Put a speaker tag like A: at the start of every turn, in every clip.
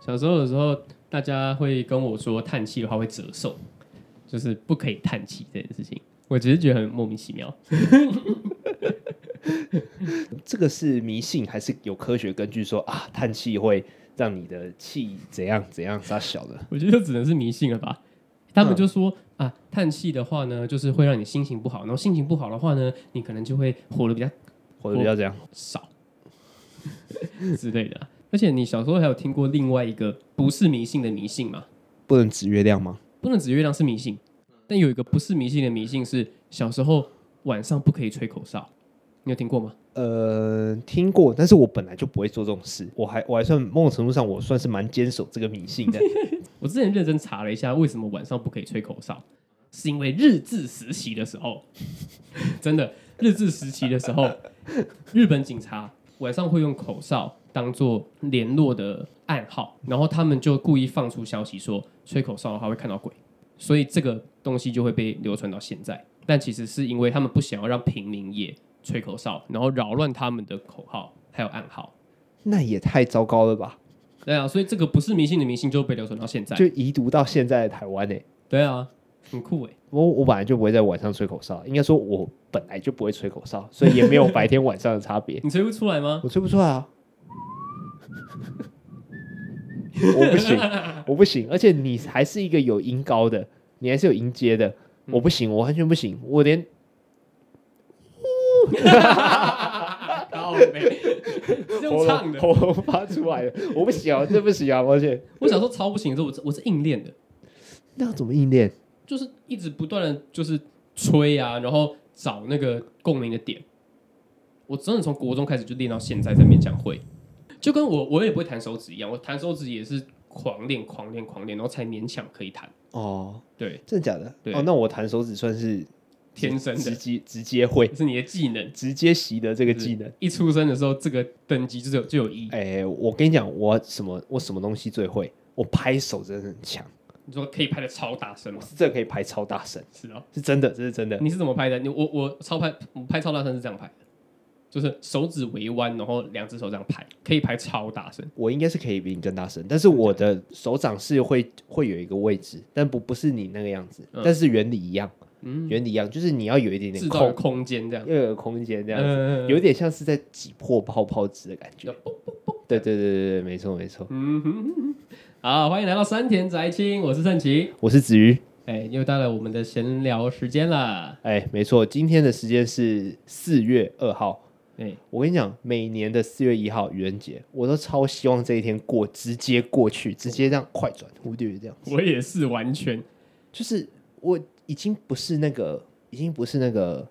A: 小时候的时候，大家会跟我说叹气的话会折寿，就是不可以叹气这件事情，我只是觉得很莫名其妙。
B: 这个是迷信还是有科学根据说啊，叹气会让你的气怎样怎样咋小的？
A: 我觉得只能是迷信了吧。他们就说、啊，叹气的话呢，就是会让你心情不好，然后心情不好的话呢，你可能就会活得比较
B: 或者比较这样，
A: 少 之类的啊。而且你小时候还有听过另外一个不是迷信的迷信吗？
B: 不能指月亮吗？
A: 不能指月亮是迷信，但有一个不是迷信的迷信是小时候晚上不可以吹口哨，你有听过吗？
B: 呃，听过，但是我本来就不会做这种事，我还我还算某种程度上我算是蛮坚守这个迷信 的。
A: 我之前认真查了一下，为什么晚上不可以吹口哨，是因为日治时期的时候， 真的日治时期的时候，日本警察晚上会用口哨当做联络的暗号，然后他们就故意放出消息说吹口哨的话会看到鬼，所以这个东西就会被流传到现在。但其实是因为他们不想要让平民也吹口哨，然后扰乱他们的口号还有暗号。
B: 那也太糟糕了吧！
A: 对啊，所以这个不是迷信的迷信就被流传到现在。
B: 就遗毒到现在的台湾呢、欸
A: 对啊，很酷哎。。
B: 我我本来就不会在晚上吹口哨，应该说我本来就不会吹口哨，所以也没有白天晚上的差别
A: 你吹不出来 吗？
B: 我吹不出 来啊，我不行，我不行，而且你还是一个有音高的，你还是有音阶的，
A: 嗯
B: 我不行，我完全不行，我连
A: 靠背， 是
B: 喉
A: 用唱
B: 咙
A: 的。
B: 喉咙发出来的，我不行啊，这不行啊，抱歉。
A: 我小时候超不行的时候，我是我是硬练的，
B: 那要怎么硬练？
A: 就是一直不断的就是吹啊，然后找那个共鸣的点。我真的从国中开始就练到现在才勉强会，就跟我我也不会弹手指一样，我弹手指也是狂练狂练狂练，然后才勉强可以弹。
B: 哦，
A: 对，
B: 真的假的？
A: 对
B: 哦，那我弹手指算是
A: 天生
B: 直
A: 的，
B: 接直接会，
A: 是你的技能。
B: 直接习得这个技能。
A: 一出生的时候，这个等级就有就有一，
B: 哎、我跟你讲，我什么我什么东西最会？我拍手真的很强，
A: 你说可以拍的超大声吗
B: 我？是这个可以拍超大声，
A: 是啊，
B: 是真的，这是真的。
A: 你是怎么拍的？你我我超拍，我拍超大声是这样拍的，就是手指微弯，然后两只手这样拍，可以拍超大声。
B: 我应该是可以比你更大声，但是我的手掌是会会有一个位置，但不不是你那个样子，
A: 嗯
B: 但是原理一样，
A: 嗯，
B: 原理一样，就是你要有一点点
A: 制造
B: 空，
A: 空间这样，
B: 要有空间这样子，
A: 嗯
B: 有点像是在挤破泡泡纸的感觉。对对对对对，没错没错，
A: 嗯哼，好，欢迎来到山田宅青，我是盛奇。
B: 我是子瑜。
A: 哎，又到了我们的闲聊时间啦。
B: 哎，没错，今天的时间是四月二号。
A: 哎，
B: 我跟你讲，每年的四月一号愚人节，我都超希望这一天过，直接过去，直接这样快转蝴蝶这样，
A: 我也是完全
B: 就是我已经不是那个，已经不是那个，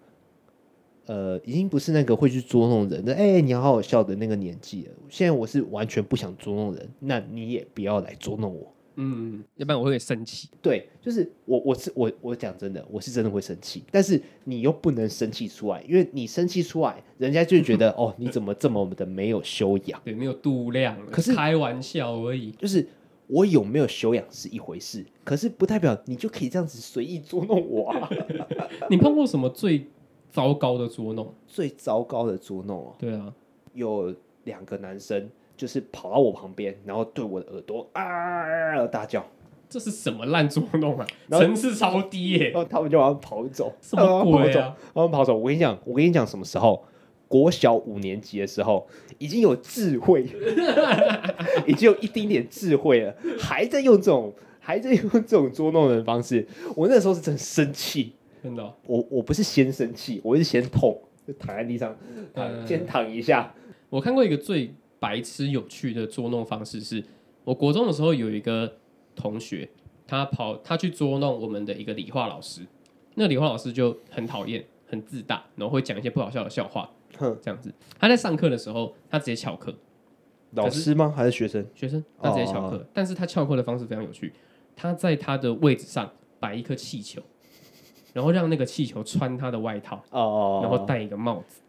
B: 呃，已经不是那个会去捉弄人的，哎、你要好好笑的那个年纪了。现在我是完全不想捉弄人，那你也不要来捉弄我。
A: 嗯，要不然我会生气。
B: 对，就是我，我是我，我讲真的，我是真的会生气，但是你又不能生气出来，因为你生气出来，人家就觉得哦，你怎么这么的没有修养？
A: 对，没有度量，
B: 可是
A: 开玩笑而已。
B: 就是我有没有修养是一回事，可是不代表你就可以这样子随意捉弄我啊！
A: 你碰过什么最糟糕的捉弄？
B: 最糟糕的捉弄哦，
A: 对啊，
B: 有两个男生就是跑到我旁边，然后对我的耳朵啊大叫，
A: 这是什么烂捉弄啊？
B: 然后哦
A: 层次超低耶、
B: 然后他们就往跑走，
A: 什么
B: 跑
A: 鬼
B: 走，
A: 啊？
B: 然后跑走。我跟你讲，我跟你讲什么时候？国小五年级的时候，已经有智慧， 已经有一丁点智慧了，还在用这种，还在用这种捉弄人的方式。我那时候是真的生气，
A: 真的哦、
B: 我我不是先生气，我是先痛，就躺在地上，躺
A: 嗯
B: 先躺一下。
A: 我看过一个最白痴有趣的捉弄方式是，我国中的时候有一个同学，他跑他去捉弄我们的一个理化老师，那个理化老师就很讨厌，很自大，然后会讲一些不好笑的笑话，
B: 哼，
A: 这样子。他在上课的时候，他直接翘课，
B: 老师吗？还是学生？
A: 学生他直接翘课，但是他翘课的方式非常有趣，他在他的位置上摆一颗气球，然后让那个气球穿他的外套。
B: 哦，
A: 然后戴一个帽子，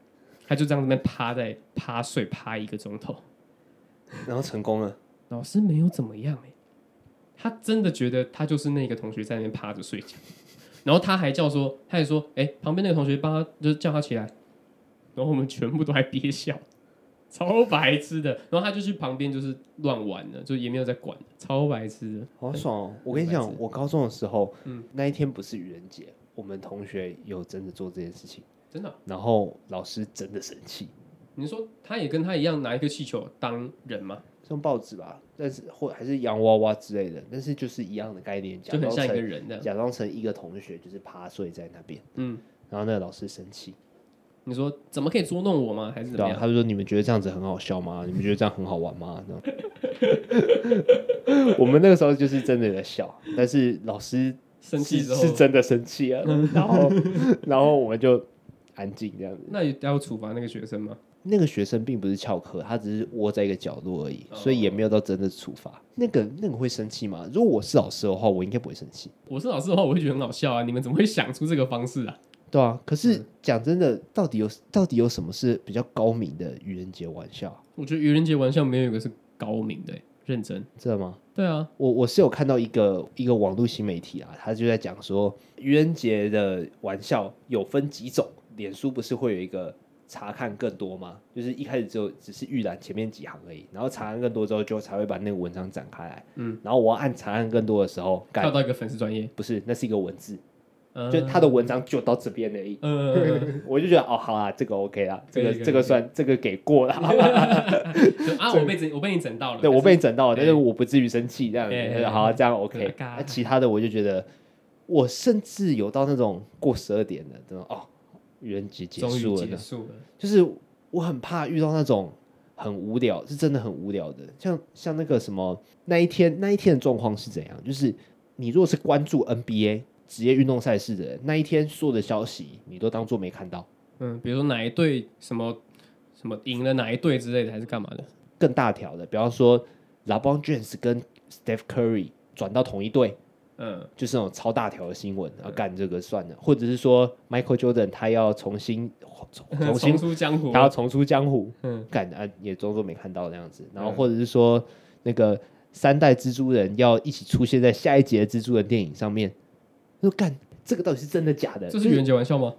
A: 他就这样那边趴在趴睡趴一个钟头。
B: 然后成功了。
A: 老师没有怎么样哎、他真的觉得他就是那个同学在那边趴着睡觉，然后他还叫说，他还说，欸哎、旁边那个同学帮他，就是叫他起来，然后我们全部都还憋笑，超白痴的。然后他就去旁边就是乱玩的，就也没有在管，超白痴的。
B: 好爽哦！我跟你
A: 白
B: 讲
A: 痴，
B: 我高中的时候，
A: 嗯
B: 那一天不是愚人节，我们同学有真的做这件事情，
A: 真的啊、
B: 然后老师真的生气，
A: 你说他也跟他一样拿一个气球当人吗？
B: 是用报纸吧，但是或还是洋娃娃之类的，但是就是一样的概念，假
A: 就很
B: 装
A: 像一个
B: 成
A: 人这样。
B: 假装成一个同学，就是趴睡在那边，
A: 嗯，
B: 然后那个老师生气，
A: 你说怎么可以捉弄我吗？还是怎
B: 对
A: 么
B: 啊，
A: 样？
B: 他就说你们觉得这样子很好笑吗？你们觉得这样很 好玩吗？这样我们那个时候就是真的有在笑，但是老师
A: 生气之后
B: 啊
A: 嗯
B: 是是真的生气啊，然后然后我们就安静这样子。
A: 那也要处罚那个学生吗？
B: 那个学生并不是翘课，他只是窝在一个角落而已，
A: 哦
B: 所以也没有到真的处罚。那个那个会生气吗？如果我是老师的话，我应该不会生气，
A: 我是老师的话，我会觉得很好笑啊！你们怎么会想出这个方式啊？
B: 对啊。可是
A: 嗯
B: 讲真的，到底有到底有什么是比较高明的愚人节玩笑啊？
A: 我觉得愚人节玩笑没有一个是高明的、欸认真。
B: 知道吗？
A: 对啊，
B: 我我是有看到一个一个网络新媒体啊，他就在讲说愚人节的玩笑有分几种，脸书不是会有一个查看更多吗？就是一开始只有只是预览前面几行而已，然后查看更多之后就才会把那个文章展开来，
A: 嗯，
B: 然后我要按查看更多的时候，
A: 跳
B: 干
A: 到一个粉丝专业，
B: 不是那是一个文字，
A: 嗯
B: 就他的文章就到这边而已。
A: 呃，
B: 我就觉得哦，好啊，这个 OK 啦，这个
A: 可以可以
B: 这个算这个给过啦。
A: 就 啊，我被整，我被你整到了。
B: 对我
A: 可是
B: 被你整到了，但是
A: 对
B: 我不至于生气这样子
A: 对对
B: 对。
A: 对
B: 好啊，这样
A: 对
B: OK。
A: 嘎
B: 那其他的我就觉得，我甚至有到那种过十二点的，这种哦，愚人节结
A: 终于
B: 束了
A: 结
B: 呢，
A: 束了。
B: 就是我很怕遇到那种很无聊，是真的很无聊的。像像那个什么那一天那一天的状况是怎样？就是你如果是关注 NBA 职业运动赛事的人，那一天所有的消息你都当做没看到。
A: 嗯，比如说哪一队什么什么赢了哪一队之类的，还是干嘛的？
B: 更大条的，比方说 LeBron James 跟 Steph Curry 转到同一队。
A: 嗯，
B: 就是那种超大条的新闻，啊，干这个算了，或者是说 Michael Jordan 他要重新重重
A: 重
B: 新
A: 出江湖
B: 他。要重出江湖，
A: 嗯，
B: 干啊也装作没看到那样子，然后
A: 嗯
B: 或者是说那个三代蜘蛛人要一起出现在下一节的蜘蛛人电影上面，就干这个到底是真的假的？
A: 这
B: 就是
A: 愚人节玩笑吗？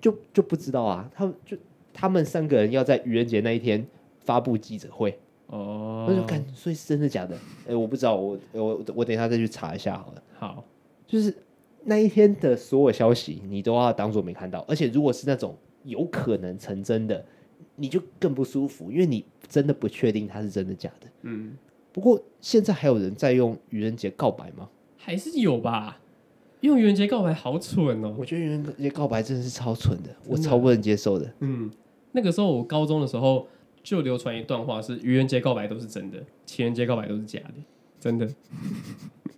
B: 就就不知道啊，他们就他们三个人要在愚人节那一天发布记者会，
A: 哦
B: 我，就干，所以是真的假的？哎、我不知道，我我我等一下再去查一下好了。
A: 好，
B: 就是那一天的所有消息，你都要当做没看到。而且如果是那种有可能成真的，你就更不舒服，因为你真的不确定它是真的假的。
A: 嗯，
B: 不过现在还有人在用愚人节告白吗？
A: 还是有吧。用愚人节告白好蠢哦。
B: 我觉得愚人节告白真的是超蠢的，我
A: 真的啊
B: 超不能接受的。
A: 嗯，那个时候我高中的时候就流传一段话是：愚人节告白都是真的，情人节告白都是假的，真的。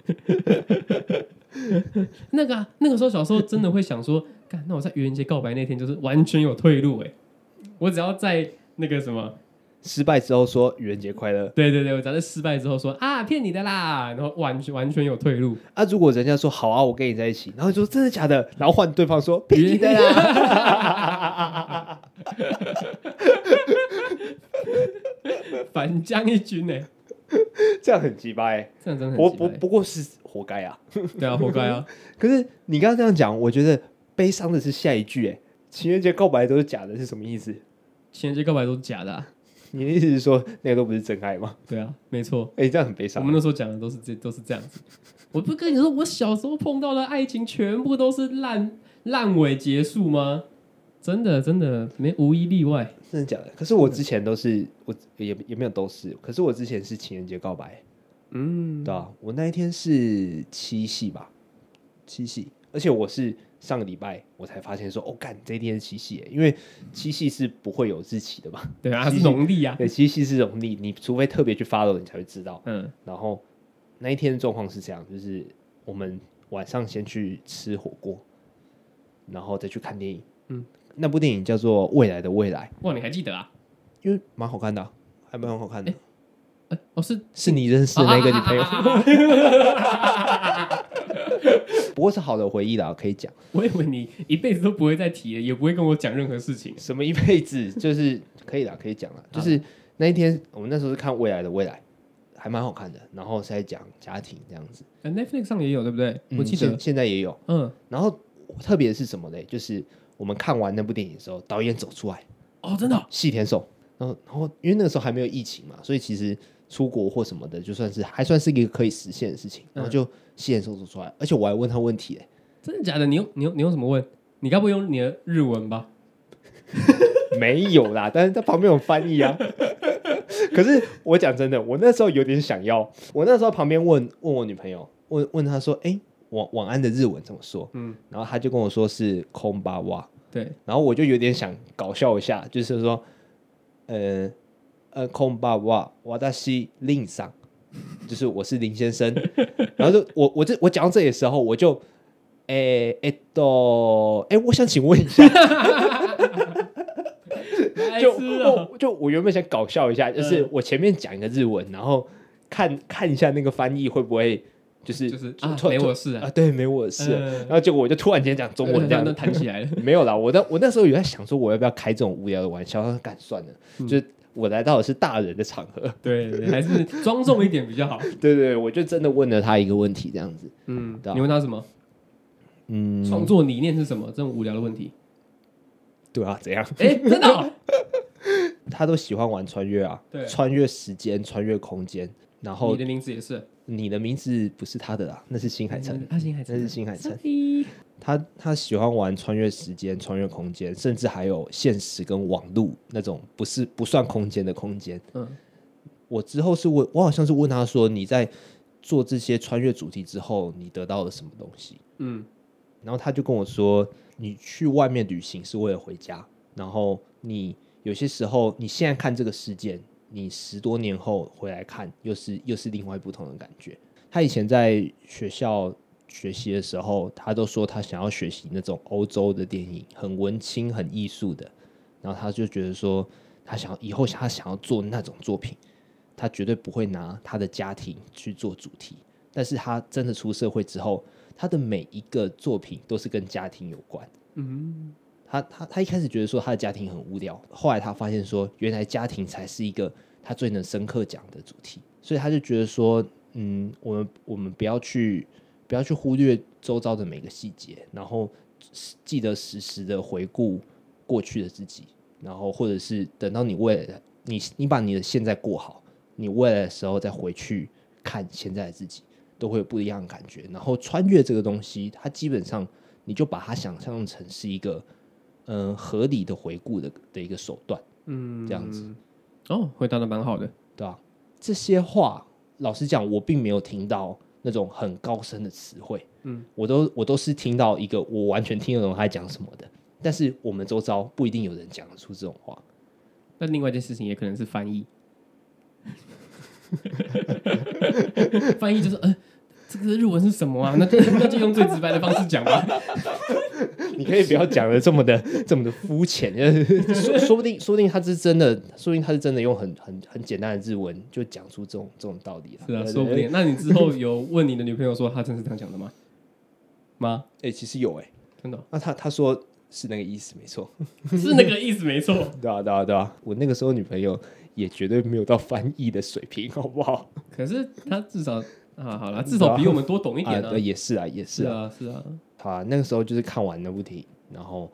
A: 那个、啊、那个时候小时候真的会想说，干，那我在愚人节告白那天就是完全有退路哎、我只要在那个什么，
B: 失败之后说愚人节快乐
A: 对对对，我只要在失败之后说啊骗你的啦，然后完全完全有退路，
B: 啊！如果人家说好啊，我跟你在一起，然后你说真的假的，然后换对方说骗你的啦，
A: 反将一军哎、
B: 这样很鸡巴哎。
A: 这样真的
B: 不
A: 很鸡欸
B: 不
A: 掰
B: 不过是活该啊。
A: 对啊，活该啊，
B: 可是你刚刚这样讲，我觉得悲伤的是下一句、哎，情人节告白都是假的，是什么意思？
A: 情人节告白都是假的、啊，
B: 你的意思是说那个都不是真爱吗？
A: 对啊，没错。
B: 哎、这样很悲
A: 我
B: 伤
A: 们。那时候讲的都是这都是这样子。我不跟你说，我小时候碰到的爱情全部都是烂烂尾结束吗？真的真的没无一例外。
B: 真的假的？可是我之前都是我也也没有都是，可是我之前是情人节告白，
A: 嗯
B: 对，吧、我那一天是七夕吧，七夕，而且我是上个礼拜我才发现说，哦，干，这一天是七夕、哎因为七夕是不会有日期的嘛，
A: 对啊，
B: 七夕
A: 是农历啊。
B: 对，七夕是农历，你除非特别去 follow 你才会知道。
A: 嗯，
B: 然后那一天的状况是这样，就是我们晚上先去吃火锅，然后再去看电影。
A: 嗯，
B: 那部电影叫做《未来的未来
A: 哇，你还记得啊？》，
B: 因为蛮好看的啊、还蛮好看的。
A: 哎，哦是
B: 是你认识的那个女 朋友，
A: 友。
B: 不过是好的回忆啦，可以讲。
A: 我以为你一辈子都不会再提了，也不会跟我讲任何事情。
B: 什么一辈子，就是可以啦，可以讲 啦。就是那一天，我们那时候是看《未来的未来》，还蛮好看的。然后是在讲家庭这样子，
A: 呃 Netflix 上也有对不对？
B: 嗯
A: 我记
B: 现
A: 得，
B: 现在也有。
A: 嗯，
B: 然后特别是什么嘞？就是我们看完那部电影的时候，导演走出来，
A: 哦，真的哦，
B: 细田守，然然后，然后因为那个时候还没有疫情嘛，所以其实出国或什么的，就算是还算是一个可以实现的事情。然后就吸眼搜索出来，而且我还问他问题、欸，
A: 真的假的？你用你用你用什么问？你该不会用你的日文吧？
B: 没有啦，但是在旁边有翻译啊。 可是我讲真的，我那时候有点想要，我那时候旁边问问我女朋友，问问她说，哎、晚晚安的日文怎么说？
A: 嗯，
B: 然后她就跟我说是空巴哇，
A: 对，
B: 然后我就有点想搞笑一下，就是说，呃呃，空巴哇，我达西令上，就是我是林 先生。然后就我我这我讲到这里的时候，我就，诶诶都，诶，我想请问一下，就
A: 白痴哦
B: 我就我原本想搞笑一下，就是
A: 嗯
B: 我前面讲一个日文，然后看看一下那个翻译会不会就是
A: 就是啊，
B: 突
A: 没
B: 然
A: 我事
B: 啊，
A: 啊，
B: 对，没我的事。
A: 嗯
B: 然后结果我就突然间讲中文这样
A: 那那弹起来了。
B: 没有啦，我在我那时候有在想说，我要不要开这种无聊的玩笑？干算了，
A: 嗯
B: 就是我来到的是大人的场合，
A: 对，对还是庄重一点比较好。
B: 对对对，我就真的问了他一个问题，这样子，
A: 嗯
B: 对，啊
A: 你问他什么？
B: 嗯，
A: 创作理念是什么？这种无聊的问 题。
B: 对啊，怎样？
A: 哎，真的 哦，
B: 他都喜欢玩穿越啊，
A: 对
B: 穿越时间，穿越空间，然
A: 你
B: 后
A: 的名字也是
B: 你的名字不是他的啦，那是新海诚，
A: 阿嗯星海
B: 那
A: 城
B: 是，新海诚，
A: Sorry
B: 他他喜欢玩穿越时间、穿越空间，甚至还有现实跟网络那种不是不算空间的空间。
A: 嗯，
B: 我之后是问我好像是问他说你在做这些穿越主题之后，你得到了什么东西？
A: 嗯，
B: 然后他就跟我说，你去外面旅行是为了回家，然后你有些时候你现在看这个事件，你十多年后回来看，又是又是另外不同的感觉。他以前在学校学习的时候，他都说他想要学习那种欧洲的电影，很文青、很艺术的。然后他就觉得说，他想要以后他想要做那种作品，他绝对不会拿他的家庭去做主题。但是他真的出社会之后，他的每一个作品都是跟家庭有关。
A: 嗯，
B: 他他他一开始觉得说他的家庭很无聊，后来他发现说，原来家庭才是一个他最能深刻讲的主题，所以他就觉得说，嗯，我们我们不要去不要去忽略周遭的每个细节，然后记得时时的回顾过去的自己，然后或者是等到你未来，你你把你的现在过好，你未来的时候再回去看现在的自己，都会有不一样的感觉。然后穿越这个东西，它基本上你就把它想象成是一个嗯、呃合理的回顾的的一个手段，
A: 嗯，
B: 这样子，
A: 哦，回答的蛮好的。
B: 对吧、这些话，老实讲，我并没有听到那种很高深的词汇，
A: 嗯，
B: 我都我都是听到一个我完全听得懂他在讲什么的，但是我们周遭不一定有人讲得出这种话。
A: 但另外一件事情也可能是翻译， 翻译就是呃，这个日文是什么啊？那就那就用最直白的方式讲吧。
B: 你可以不要讲的这么的这么的肤浅，就是 说说不定说不定他是真的，说不定他是真的用很很很简单的日文就讲出这种这种道理了。
A: 是啊，
B: 对
A: 说不。定。那你之后有问你的女朋友说她真是这样讲的 吗？妈，
B: 哎、其实有哎、
A: 真的哦、
B: 那他他说是那个意思没错，
A: 是那个意思没错。
B: 对啊对啊对啊，我那个时候女朋友也绝对没有到翻译的水平，好不好？
A: 可是她至少啊，好了，至少比我们多懂一点
B: 啊
A: 啊
B: 对。也是啊也是
A: 是
B: 啊。
A: 啊，是啊，
B: 他那个时候就是看完那部电影，然后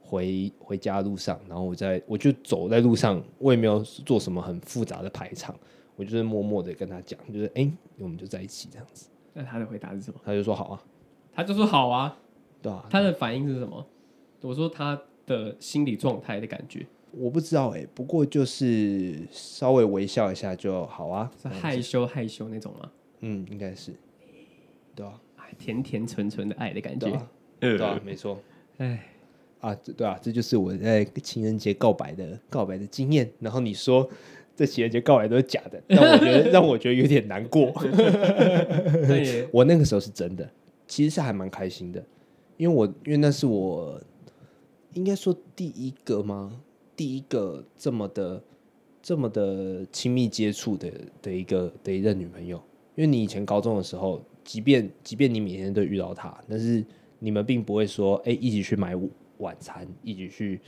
B: 回回家的路上，然后我在我就走在路上，我也没有做什么很复杂的排场，我就是默默的跟他讲，就是哎、诶我们就在一起这样子。
A: 那她的回答是什么？
B: 他就说好啊，
A: 她就说好啊。
B: 对啊，
A: 她的反应是什么？我说她的心理状态的感觉
B: 我不知道哎、不过就是稍微微笑一下就好啊，
A: 是害羞害羞那种吗？
B: 嗯，应该是，对啊，
A: 哎甜甜纯纯的爱的感
B: 对
A: 觉。
B: 啊，对啊，没错。
A: 哎，
B: 啊，这对啊，这就是我在情人节告白的告白的经验。然后你说这情人节告白都是假的，让我觉得让我觉得有点难过。
A: 那也
B: 我那个时候是真的，其实是还蛮开心的，因为我因为那是我应该说第一个吗？第一个这么的这么的亲密接触的的一个的一任女朋友，因为你以前高中的时候，即便即便你每天都遇到她，但是你们并不会说哎、一起去买晚餐，一起去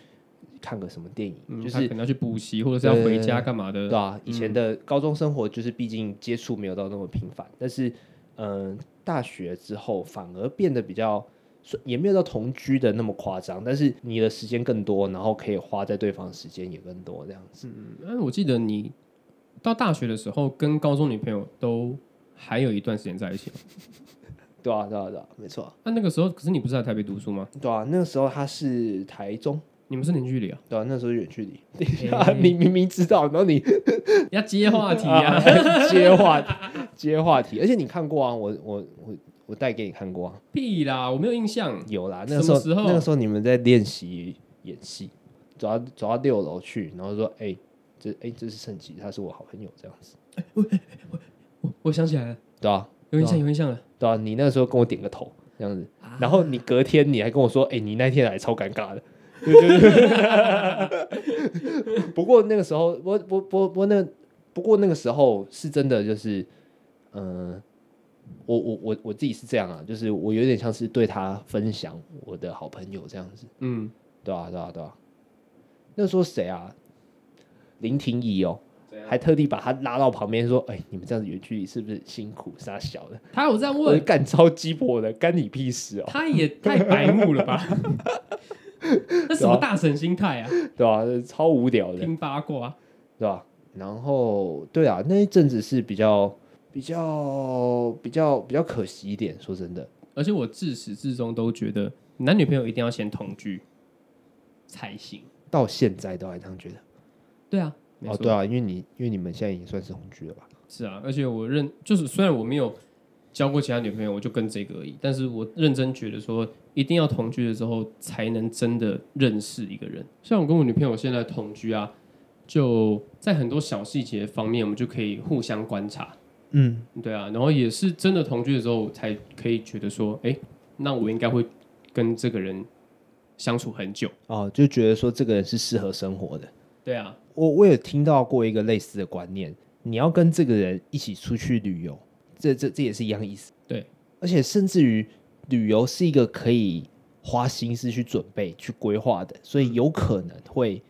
B: 看个什么电影，
A: 嗯，
B: 就
A: 就是
B: 是
A: 可能要去补习，或者是要回家干嘛的。
B: 对啊，以前的高中生活就是毕竟接触没有到那么频繁，但是嗯、呃大学之后反而变得比较虽也没有到同居的那么夸张，但是你的时间更多，然后可以花在对方的时间也更多，这样子。
A: 嗯，但是我记得你到大学的时候跟高中女朋友都还有一段时间在一起，
B: 对啊，对啊，对啊，没错啊，
A: 那那个时候可是你不是在台北读书吗？
B: 对啊，那个时候他是台中，
A: 你们是零距离啊？
B: 对啊，那时候远距离，
A: 哎
B: 你明明知道，然后你
A: 要接话题啊！
B: 接话题接话题，而且你看过啊，我我我我带给你看过啊，
A: 屁啦，我没有印象。
B: 有啦，
A: 什么
B: 那个时候
A: 时候
B: 那个时候你们在练习演戏，走到走到六楼去，然后说哎、这哎、这是圣吉，他是我好朋友这样子，
A: 我我想起来了，
B: 对啊
A: 有印
B: 对
A: 象，有印象了。
B: 对啊，你那时候跟我点个头这样子，
A: 啊
B: 然后你隔天你还跟我说哎、你那天来超尴尬的。就是不过那个时候，不不不不那不过那个时候是真的，就是嗯、呃我我我我自己是这样啊，就是我有点像是对他分享我的好朋友这样子，
A: 嗯，
B: 对啊对啊对啊。那时候谁啊？林廷仪哦，还
A: 还
B: 特地把他拉到旁边说：“哎、你们这样子远距离是不是很辛苦？傻小的，
A: 他有这样
B: 我
A: 问，
B: 干超鸡婆的，干你屁事哦，
A: 他也太白目了吧？ 那什么大神心态啊？
B: 对吧、超无聊的。”
A: 听八卦，啊
B: 对吧？然后对啊，那一阵子是比较比较比较比较可惜一点，说真的，
A: 而且我自始至终都觉得男女朋友一定要先同居才行。
B: 到现在都还这样觉得。
A: 对啊，没
B: 哦，
A: 错
B: 对啊，因为你因为你们现在已经算是同居了吧？
A: 是啊，而且我认就是虽然我没有交过其他女朋友，我就跟这个而已，但是我认真觉得说，一定要同居的时候才能真的认识一个人。像我跟我女朋友现在同居啊，就在很多小细节方面，我们就可以互相观察。
B: 嗯，
A: 对啊，然后也是真的同居的时候，才可以觉得说，哎，那我应该会跟这个人相处很久。
B: 哦，就觉得说这个人是适合生活的。
A: 对啊，
B: 我我有听到过一个类似的观念，你要跟这个人一起出去旅游，这这这也是一样意思。
A: 对，
B: 而且甚至于旅游是一个可以花心思去准备、去规划的，所以有可能会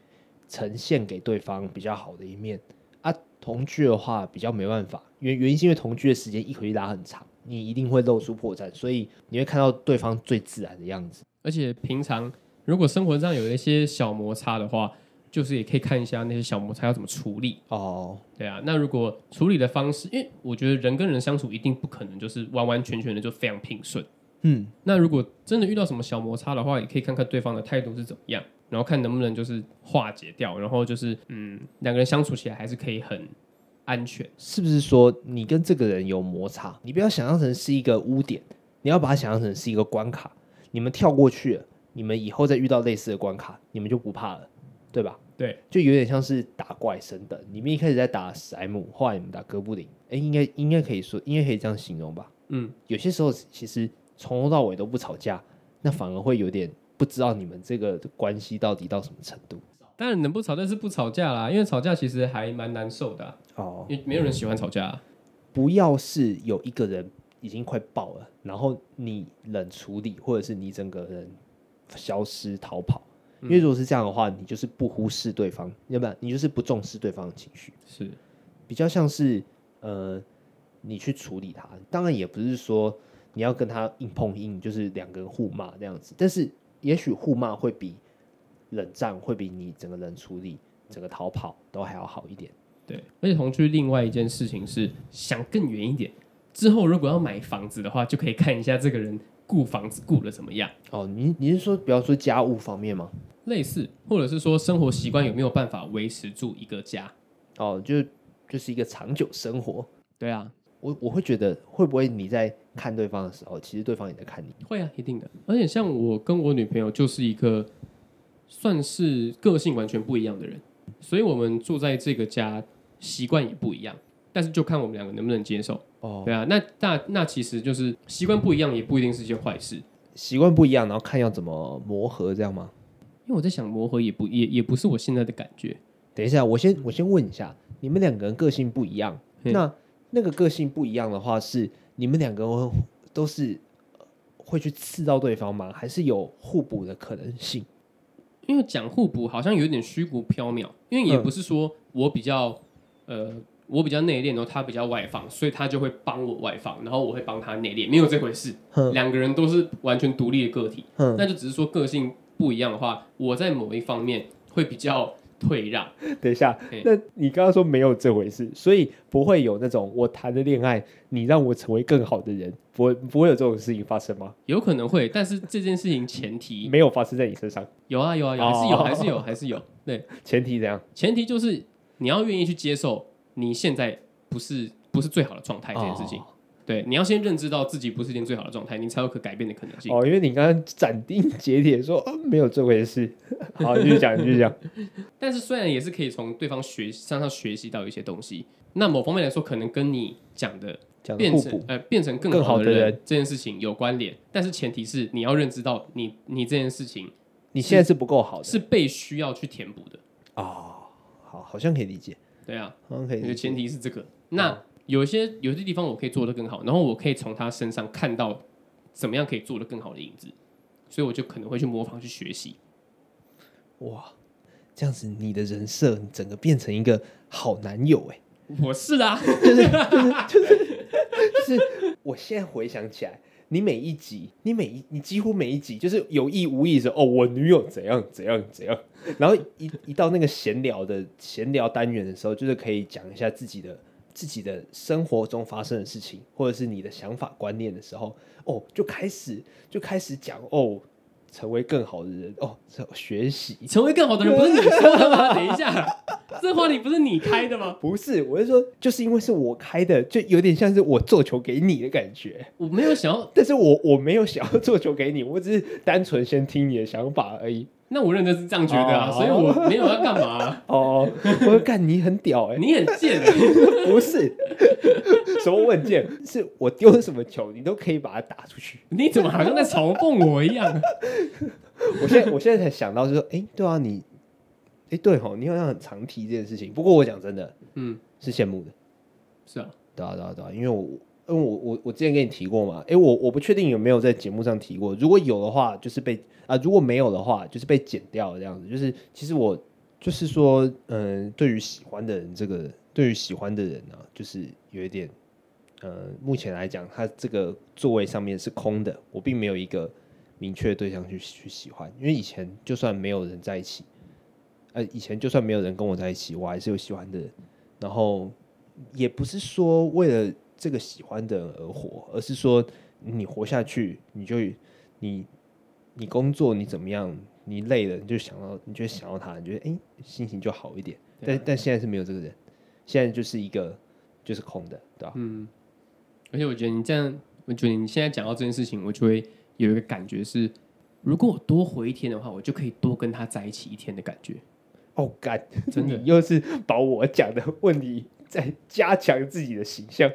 B: 呈现给对方比较好的一面。啊，同居的话比较没办法，原原因是因为同居的时间一回一拉很长，你一定会露出破绽，所以你会看到对方最自然的样子。
A: 而且平常如果生活上有一些小摩擦的话，就是也可以看一下那些小摩擦要怎么处理。
B: 哦，
A: 对啊，那如果处理的方式，因为我觉得人跟人相处一定不可能就是完完全全的就非常平顺。
B: 嗯，
A: 那如果真的遇到什么小摩擦的话，也可以看看对方的态度是怎么样，然后看能不能就是化解掉，然后就是嗯，两个人相处起来还是可以很安全。
B: 是不是说你跟这个人有摩擦？你不要想象成是一个污点，你要把它想象成是一个关卡。你们跳过去了，你们以后再遇到类似的关卡，你们就不怕了，对吧？
A: 对，
B: 就有点像是打怪升等。你们一开始在打史莱姆，后来你们打哥布林，哎，应该应该可以说，应该可以这样形容吧？
A: 嗯，
B: 有些时候其实从头到尾都不吵架，那反而会有点不知道你们这个关系到底到什么程度。
A: 当然能不吵架是不吵架啦，因为吵架其实还蛮难受的啊、
B: 哦，
A: 因为没有人喜欢吵架、啊。
B: 不要是有一个人已经快爆了，然后你冷处理，或者是你整个人消失逃跑。因为如果是这样的话，你就是不忽视对方，要不然你就是不重视对方的情绪，
A: 是，
B: 比较像是呃，你去处理他。当然也不是说你要跟他硬碰硬，就是两个人互骂这样子。但是也许互骂会比冷战，会比你整个人处理、整个逃跑都还要好一点。
A: 对，而且同居另外一件事情是想更远一点，之后如果要买房子的话，就可以看一下这个人顾房子顾的怎么样，
B: 哦，你你是说，比方说家务方面吗？
A: 类似，或者是说生活习惯有没有办法维持住一个家？
B: 哦，就就是一个长久生活。
A: 对啊，
B: 我我会觉得，会不会你在看对方的时候，其实对方也在看你？
A: 会啊，一定的。而且像我跟我女朋友就是一个算是个性完全不一样的人，所以我们住在这个家习惯也不一样，但是就看我们两个能不能接受。
B: 哦，
A: 对啊，那那那其实就是习惯不一样，也不一定是一件坏事。
B: 习惯不一样，然后看要怎么磨合，这样吗？
A: 因为我在想，磨合也不也也不是我现在的感觉。
B: 等一下，我先我先问一下，你们两个人个性不一样，
A: 嗯
B: 那那个个性不一样的话是，你们两个人会都是呃会去刺到对方吗？还是有互补的可能性？
A: 因为讲互补好像有点虚无缥缈，因为也不是说我比较呃我比较内敛，然后他比较外放，所以他就会帮我外放，然后我会帮他内敛，没有这回事。
B: 嗯
C: 哼
A: 两个人都是完全独立的个体，
C: 哼，
A: 那就只是说个性不一样的话，我在某一方面会比较退让。
B: 等一下
A: 嘿，
B: 那你刚刚说没有这回事，所以不会有那种我谈的恋爱，你让我成为更好的人，不会不会有这种事情发生吗？
A: 有可能会，但是这件事情前提
B: 没有发生在你身上，
A: 有啊有啊有，还是有还是有还是有。对，
B: 前提怎样？
A: 前提就是你要愿意去接受你现在不是不是最好的状态这件事情。
B: 哦
A: 对，你要先认知到自己不是一件最好的状态，你才有可改变的可能性。
B: 哦，因为你刚刚斩钉截铁说、哦、没有这回事，好，你继续讲，你继 续讲。
A: 但是虽然也是可以从对方学身上学习到一些东西，那某方面来说，可能跟你讲的
B: 讲
A: 变
B: 互
A: 成
B: 补，
A: 呃变成更
B: 更
A: 好
B: 好
A: 的
B: 的
A: 人
B: 人
A: 这件事情有关联，但是前提是你要认知到你你这件事情
B: 你现在是不够好的
A: 是被需要去填补的。
B: 哦，好，好像可以理解，
A: 对啊，
B: 好像可以
A: 我觉得
B: 理解。
A: 前提是这个。那有些有些地方我可以做得更好，然后我可以从他身上看到怎么样可以做得更好的影子，所以我就可能会去模仿去学习。
B: 哇，这样子你的人设你整个变成一个好男友哎、
A: 我是啦，
B: 就是我现在回想起来，你每一集，你每一，你几乎每一集，就是有意无意的哦，我女友怎样怎样怎样，然后一一到那个闲聊的闲聊单元的时候，就是可以讲一下自己的自己的生活中发生的事情，或者是你的想法观念的时候，哦，就开始就开始讲哦，成为更好的人哦，成学习。
A: 成为更好的人不是你说的吗？等一下，这话题不是你开的吗？
B: 不是，我是说，就是因为是我开的，就有点像是我做球给你的感觉。
A: 我没有想要，
B: 但是我我没有想要做球给你，我只是单纯先听你的想法而已。
A: 那我认真是这样觉得啊，
B: 哦
A: 所以我没有要干嘛啊、
B: 哦，我说干你很屌哎、
A: 你很贱、欸
B: 不是什么问件，是我丢了什么球，你都可以把它打出去。
A: 你怎么好像在嘲讽我一样？啊
B: 我现在我现在才想到，就是说，哎、对啊，你，哎、对吼，你好像很常提这件事情。不过我讲真的，
A: 嗯，
B: 是羡慕的，
A: 是啊，
B: 对啊，对啊，对啊，因为我。因为我我我之前跟你提过嘛，哎、我我不确定有没有在节目上提过，如果有的话，就是被啊、如果没有的话，就是被剪掉这样子。就是其实我就是说，嗯、对于喜欢的人，这个对于喜欢的人呢、就是有一点，呃，目前来讲，他这个座位上面是空的，我并没有一个明确的对象去去喜欢，因为以前就算没有人在一起，呃，以前就算没有人跟我在一起，我还是有喜欢的人，然后也不是说为了这个喜欢的人而活，而是说你活下去，你就你你工作你怎么样，你累了你就想到你就想到他，你觉得哎、心情就好一点。
A: 对
B: 但但现在是没有这个人，现在就是一个就是空的，对吧？
A: 嗯，而且我觉得你这样，我觉得你现在讲到这件事情，我就会有一个感觉是，如果我多活一天的话，我就可以多跟他在一起一天的感觉。
B: 哦，干，
A: 真的
B: 你 又是把我讲的问题再加强自己的形象，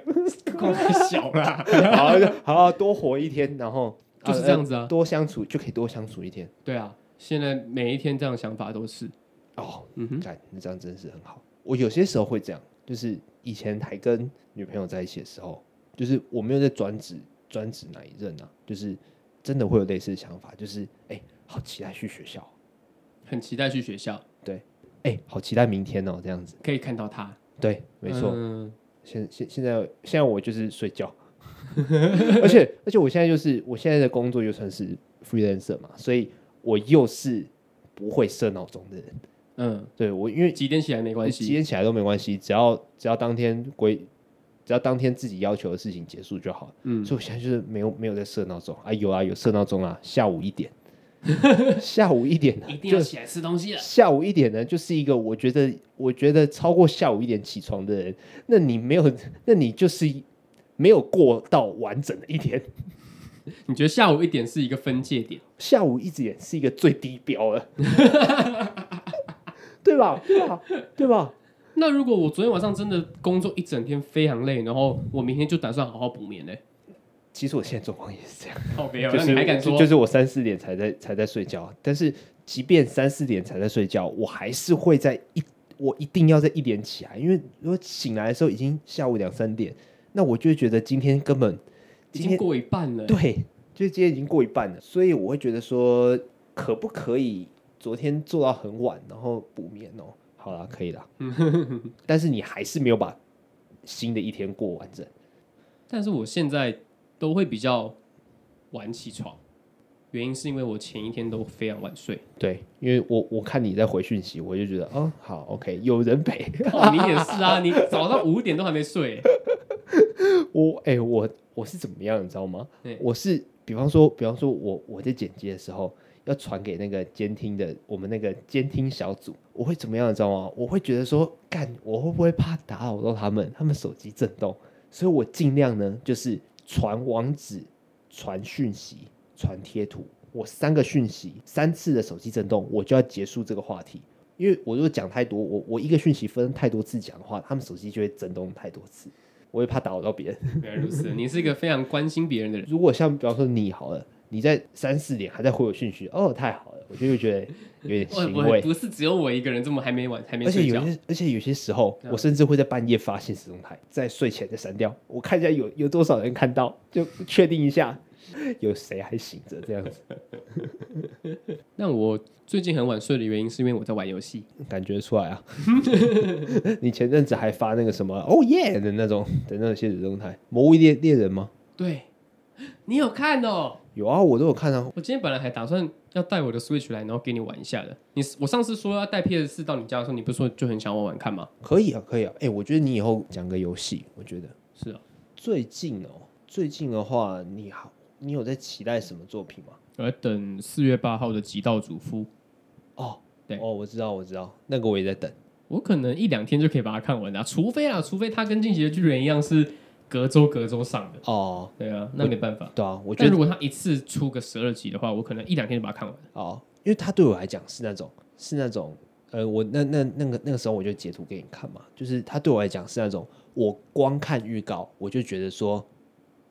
A: 够小啦，
B: 好就好多活一天，然后呃
A: 就是这样子啊。
B: 多相处就可以多相处一天。
A: 对啊，现在每一天这样的想法都是，
B: 哦，
A: 嗯哼，
B: 干，你这样真是很好。我有些时候会这样，就是以前还跟女朋友在一起的时候，就是我没有在专职专职哪一任啊，就是真的会有类似的想法，就是哎、好期待去学校，
A: 很期待去学校
B: 哎、好期待明天哦，这样子。
A: 可以看到他。
B: 对，没错。
A: 嗯
B: 现现现在现在我就是睡觉， 而且而且我现在就是我现在的工作又算是 freelancer 嘛，所以我又是不会设闹钟的人。
A: 嗯，
B: 对我因为
A: 几点起来没关
B: 几
A: 系。
B: 点起来都没关系，只要只要当天归，只要当天自己要求的事情结束就好。
A: 嗯，
B: 所以我现在就是没有没有在设闹钟啊，有啊有设闹钟啊，下午一点， 下午一点呢啊
A: 一定要
B: 就
A: 起来吃东西了。
B: 下午一点呢，就是一个我觉得我觉得超过下午一点起床的人，那你没有，那你就是没有过到完整的一天。
A: 你觉得下午一点是一个分界点？
B: 下午一点是一个最低标 了，对吧？对吧？对吧？
A: 那如果我昨天晚上真的工作一整天非常累，然后我明天就打算好好补眠嘞、
B: 其实我现在状况也是这样。
A: 靠北哦，
B: 就
A: 那
B: 是
A: 你还敢说？
B: 就就是我三四点才在才在睡觉，但是即便三四点才在睡觉，我还是会在一我一定要在一点起来，因为如果醒来的时候已经下午两三点，那我就会觉得今天根本
A: 已
B: 今
A: 经
B: 天
A: 过一半了。
B: 对，就是今天已经过一半了，所以我会觉得说可不可以昨天做到很晚，然后补眠哦？好啦，可以啦，但是你还是没有把新的一天过完整。
A: 但是我现在都会比较晚起床，原因是因为我前一天都非常晚睡。
B: 对，因为我我看你在回讯息，我就觉得，哦，好，OK，有人陪
A: 哦，你也是啊，你早上五点都还没睡，
B: 我。哎、我我是怎么样，你知道吗
A: 对？
B: 我是比方说，比方说我我在剪接的时候要传给那个监听的我们那个监听小组，我会怎么样，你知道吗？我会觉得说，干，我会不会怕打扰到他们？他们手机震动，所以我尽量呢，就是传网址、传讯息、传贴图。我三个讯息，三次的手机震动，我就要结束这个话题。因为我如果讲太多，我我一个讯息分太多次讲的话，他们手机就会震动太多次，我会怕打扰到别人。
A: 原来如此，你是一个非常关心别人的人。
B: 如果像比方说你好了，你在三四点还在回我讯息，哦，太好了，我就会觉得有点
A: 我
B: 欣
A: 我
B: 慰。
A: 哦不是只有我一个人这么还没晚还没
B: 而且
A: 睡
B: 有
A: 觉，
B: 些，而且有些时候，
A: 嗯
B: 我甚至会在半夜发现实动态，在睡前再删掉，我看一下有有多少人看到，就确定一下有谁还醒着这样子。
A: 那我最近很晚睡的原因是因为我在玩游戏。
B: 感觉出来啊！ 你前阵子还发那个什么哦耶的那种的那些动态，《魔物猎猎人》吗？
A: 对，你有看哦？
B: 有啊，我都有看啊。
A: 我今天本来还打算要带我的 Switch 来，然后给你玩一下的。你我上次说要带 PS 四到你家的时候，你不是说就很想玩玩看吗？
B: 可以啊，可以啊。哎、我觉得你以后讲个游戏，我觉得
A: 是啊，
B: 最近哦，最近的话，你好，你有在期待什么作品吗？
A: 我在等四月八号的《极道主夫》，
B: 哦，
A: 对
B: 哦，我知道，我知道，那个我也在等。
A: 我可能一两天就可以把它看完啦、除非啊，除非它跟《进击的巨人》一样是隔周隔周上的。
B: 哦，
A: 对啊，那没办法。
B: 对啊，我觉
A: 但
B: 得
A: 如果它一次出个十二集的话，我可能一两天就把它看完。
B: 哦，因为他对我来讲是那种是那种呃，我那那那个那个时候我就截图给你看嘛，就是他对我来讲是那种我光看预告我就觉得说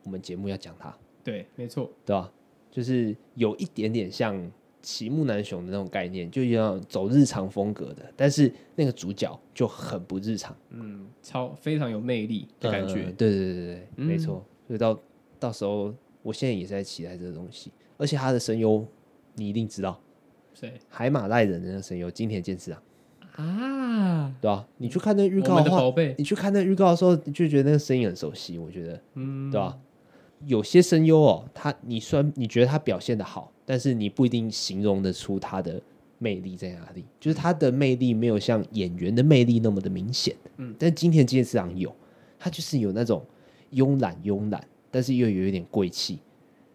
B: 我们节目要讲他，
A: 对，没错，
B: 对吧？就是有一点点像奇木南雄的那种概念，就要走日常风格的，但是那个主角就很不日常
A: 嗯，超非常有魅力的感觉。
B: 呃对对对对对，
A: 嗯
B: 没错。所以到到时候，我现在也是在期待这个东西，而且他的声优你一定知道，
A: 谁、
B: 海马赖人的那个声优金田健次郎。
A: 啊？
B: 对啊，你去看那预告
A: 我们
B: 的
A: 的
B: 话，
A: 宝贝，
B: 你去看那预告的时候，你就觉得那个声音很熟悉，我觉得，
A: 嗯，
B: 对吧、有些声优哦，他你虽然你觉得他表现的好，但是你不一定形容得出他的魅力在哪里，就是他的魅力没有像演员的魅力那么的明显。
A: 嗯，
B: 但今天金市长有，他就是有那种慵懒慵懒，但是又有一点贵气，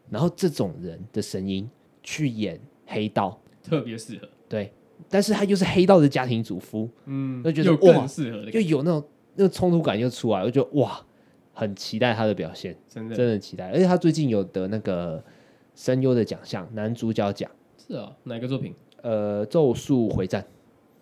B: 然后这种人的声音去演黑道，
A: 特别适合，
B: 对，但是他又是黑道的家庭主夫，
A: 嗯，
B: 那觉得
A: 又
B: 哇
A: 更适合的感
B: 就
A: 觉，
B: 有那种那个冲突感又出来，我就觉得哇，很期待他的表现，
A: 真
B: 真
A: 的
B: 的很期待。而且他最近有得那个声优的奖项，男主角奖，
A: 是啊，哪个作品？
B: 呃，《咒术回战》。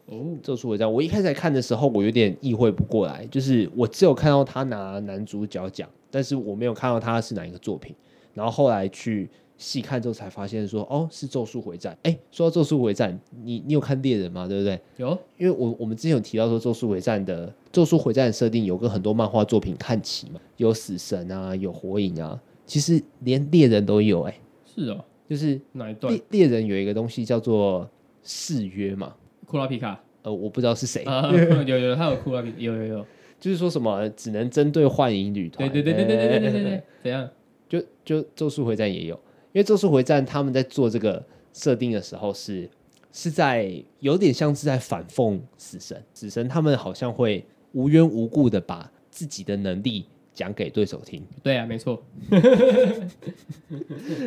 A: 哦，
B: 《咒术回战》，我一开始看的时候，我有点意会不过来，就是我只有看到他拿男主角奖，但是我没有看到他是哪一个作品。然后后来去细看之后，才发现说，哦，是《咒术回战》。哎，说到《咒术回战》，你你有看猎人吗？对不对？
A: 有
B: 因为我我们之前有提到说《咒术回战》的《咒术回战》的设定有跟很多漫画作品看齐嘛，有死神啊，有火影啊，其实连猎人都有哎、
A: 是啊，
B: 就是
A: 哪一段？
B: 猎猎人有一个东西叫做誓约嘛，
A: 库拉皮卡
B: 呃，我不知道是谁，
A: 啊，有有，他有库拉皮，有有有，
B: 就是说什么只能针对幻影旅
A: 对
B: 团，
A: 对对对对对对对
B: 哎，
A: 对，怎样？
B: 就就《咒术回战》也有，因为《咒术回战》他们在做这个设定的时候是是在有点像是在反讽死神，死神他们好像会无缘无故的把自己的能力讲给对手听，
A: 对啊，没错，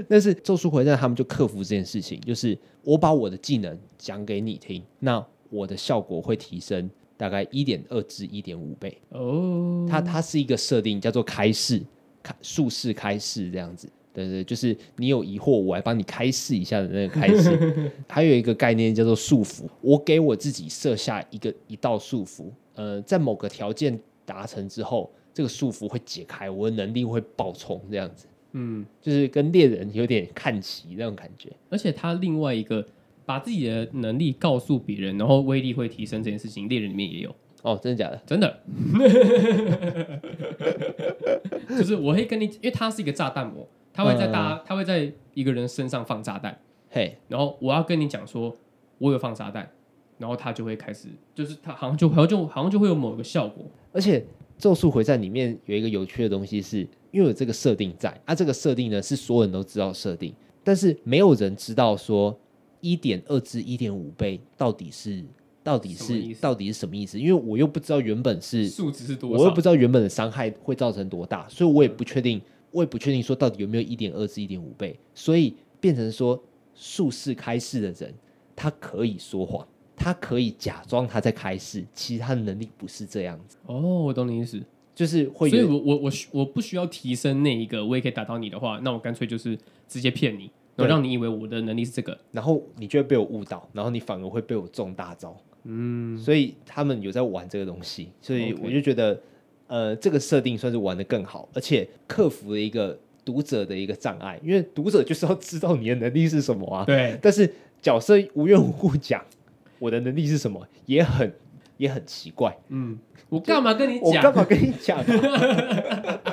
B: 但是《咒术回战》他们就克服这件事情，就是我把我的技能讲给你听，那我的效果会提升大概一点二至一点五倍。
A: 哦，
B: 它它是一个设定叫做开示，开术士开示这样子。对对，就是你有疑惑，我来帮你开示一下的那个开示。还有一个概念叫做束缚，我给我自己设下一个一道束缚，呃，在某个条件达成之后，这个束缚会解开，我的能力会爆冲，这样子，
A: 嗯，
B: 就是跟猎人有点看齐那种感觉。
A: 而且他另外一个把自己的能力告诉别人，然后威力会提升这件事情，猎人里面也有。
B: 哦，真的假的？
A: 真的， 就是我会跟你，因为他是一个炸弹魔，他会在大
B: 嗯
A: 家，他会在一个人身上放炸弹，
B: 嘿，
A: 然后我要跟你讲说，我有放炸弹，然后他就会开始，就是他好像就好像就好像就会有某个效果，
B: 而且《咒术回战》里面有一个有趣的东西是，因为有这个设定在，啊，这个设定呢是所有人都知道的设定，但是没有人知道说一点二至一点五倍到底是到底
A: 什么
B: 是
A: 意思
B: 到底是什么意思，因为我又不知道原本是
A: 数值是多
B: 我又
A: 少
B: 不？知道原本的伤害会造成多大，所以我也不确定，
A: 嗯
B: 我也不确定说到底有没有一点二至一点五倍，所以变成说术士开示的人，他可以说谎，他可以假装他在开示，其实他的能力不是这样子，
A: 哦，我懂你意思。
B: 就是会
A: 所以
B: 有
A: 我我我需我不需要提升那一个，我也可以打到你的话，那我干脆就是直接骗你，然后
B: 对
A: 让你以为我的能力是这个。
B: 然后你就会被我误导，然后你反而会被我中大招。嗯，所以他们有在玩这个东西，所以
A: OK
B: 我就觉得呃，这个设定算是玩的更好，而且克服了一个读者的一个障碍，因为读者就是要知道你的能力是什么啊。
A: 对，
B: 但是角色无缘无故讲我的能力是什么，也很也很奇怪。
A: 嗯，我干嘛跟你
B: 我干
A: 讲？
B: 嘛跟你讲、啊？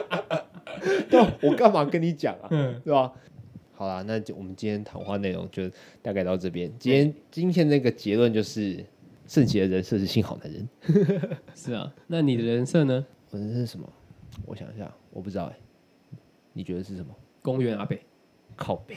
B: 对啊，我干嘛跟你讲啊？
A: 嗯，
B: 对吧？好啦，那就我们今天谈话内容就大概到这边。今天今天那个结论就是，圣贤的人设是性好男人。
A: 是啊。那你的人设呢？
B: 我的人设是什么？我想一下，我不知道哎、你觉得是什么？
A: 公园阿北，
B: 靠背，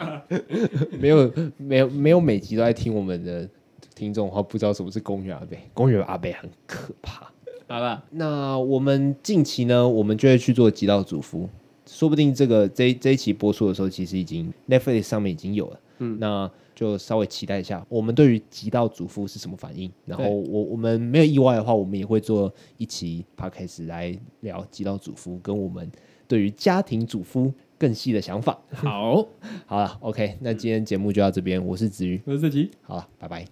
B: 没有没有没有每集都在听我们的听众的话，不知道什么是公园阿北。公园阿北很可怕。
A: 好吧，
B: 那我们近期呢，我们就会去做《极道主夫》，说不定这个这一这一期播出的时候，其实已经 Netflix 上面已经有了。
A: 嗯
B: 那就稍微期待一下，我们对于《极道主夫》是什么反应。然后
A: 对
B: 我我们没有意外的话，我们也会做一期 podcast 来聊《极道主夫》跟我们对于家庭主夫更细的想法。
A: 好，
B: 好了，OK，那今天节目就到这边，我是子瑜，
A: 我是自己。
B: 好了，拜拜。